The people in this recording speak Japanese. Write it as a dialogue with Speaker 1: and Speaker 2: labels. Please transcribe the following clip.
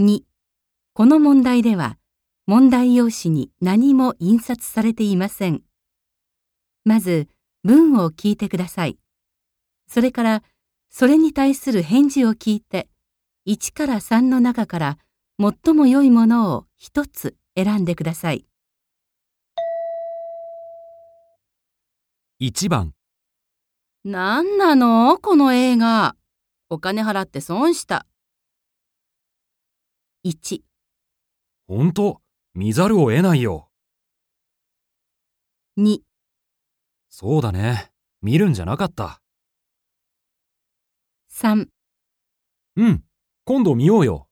Speaker 1: 2この問題では問題用紙に何も印刷されていませんまず文を聞いてくださいそれからそれに対する返事を聞いて1から3の中から最も良いものを1つ選んでください
Speaker 2: 1番
Speaker 1: なんなのこの映画お金払って損した1
Speaker 2: ほんと見ざるを得ないよ
Speaker 1: 2
Speaker 2: そうだね見るんじゃなかった
Speaker 1: 3
Speaker 2: うん今度見ようよ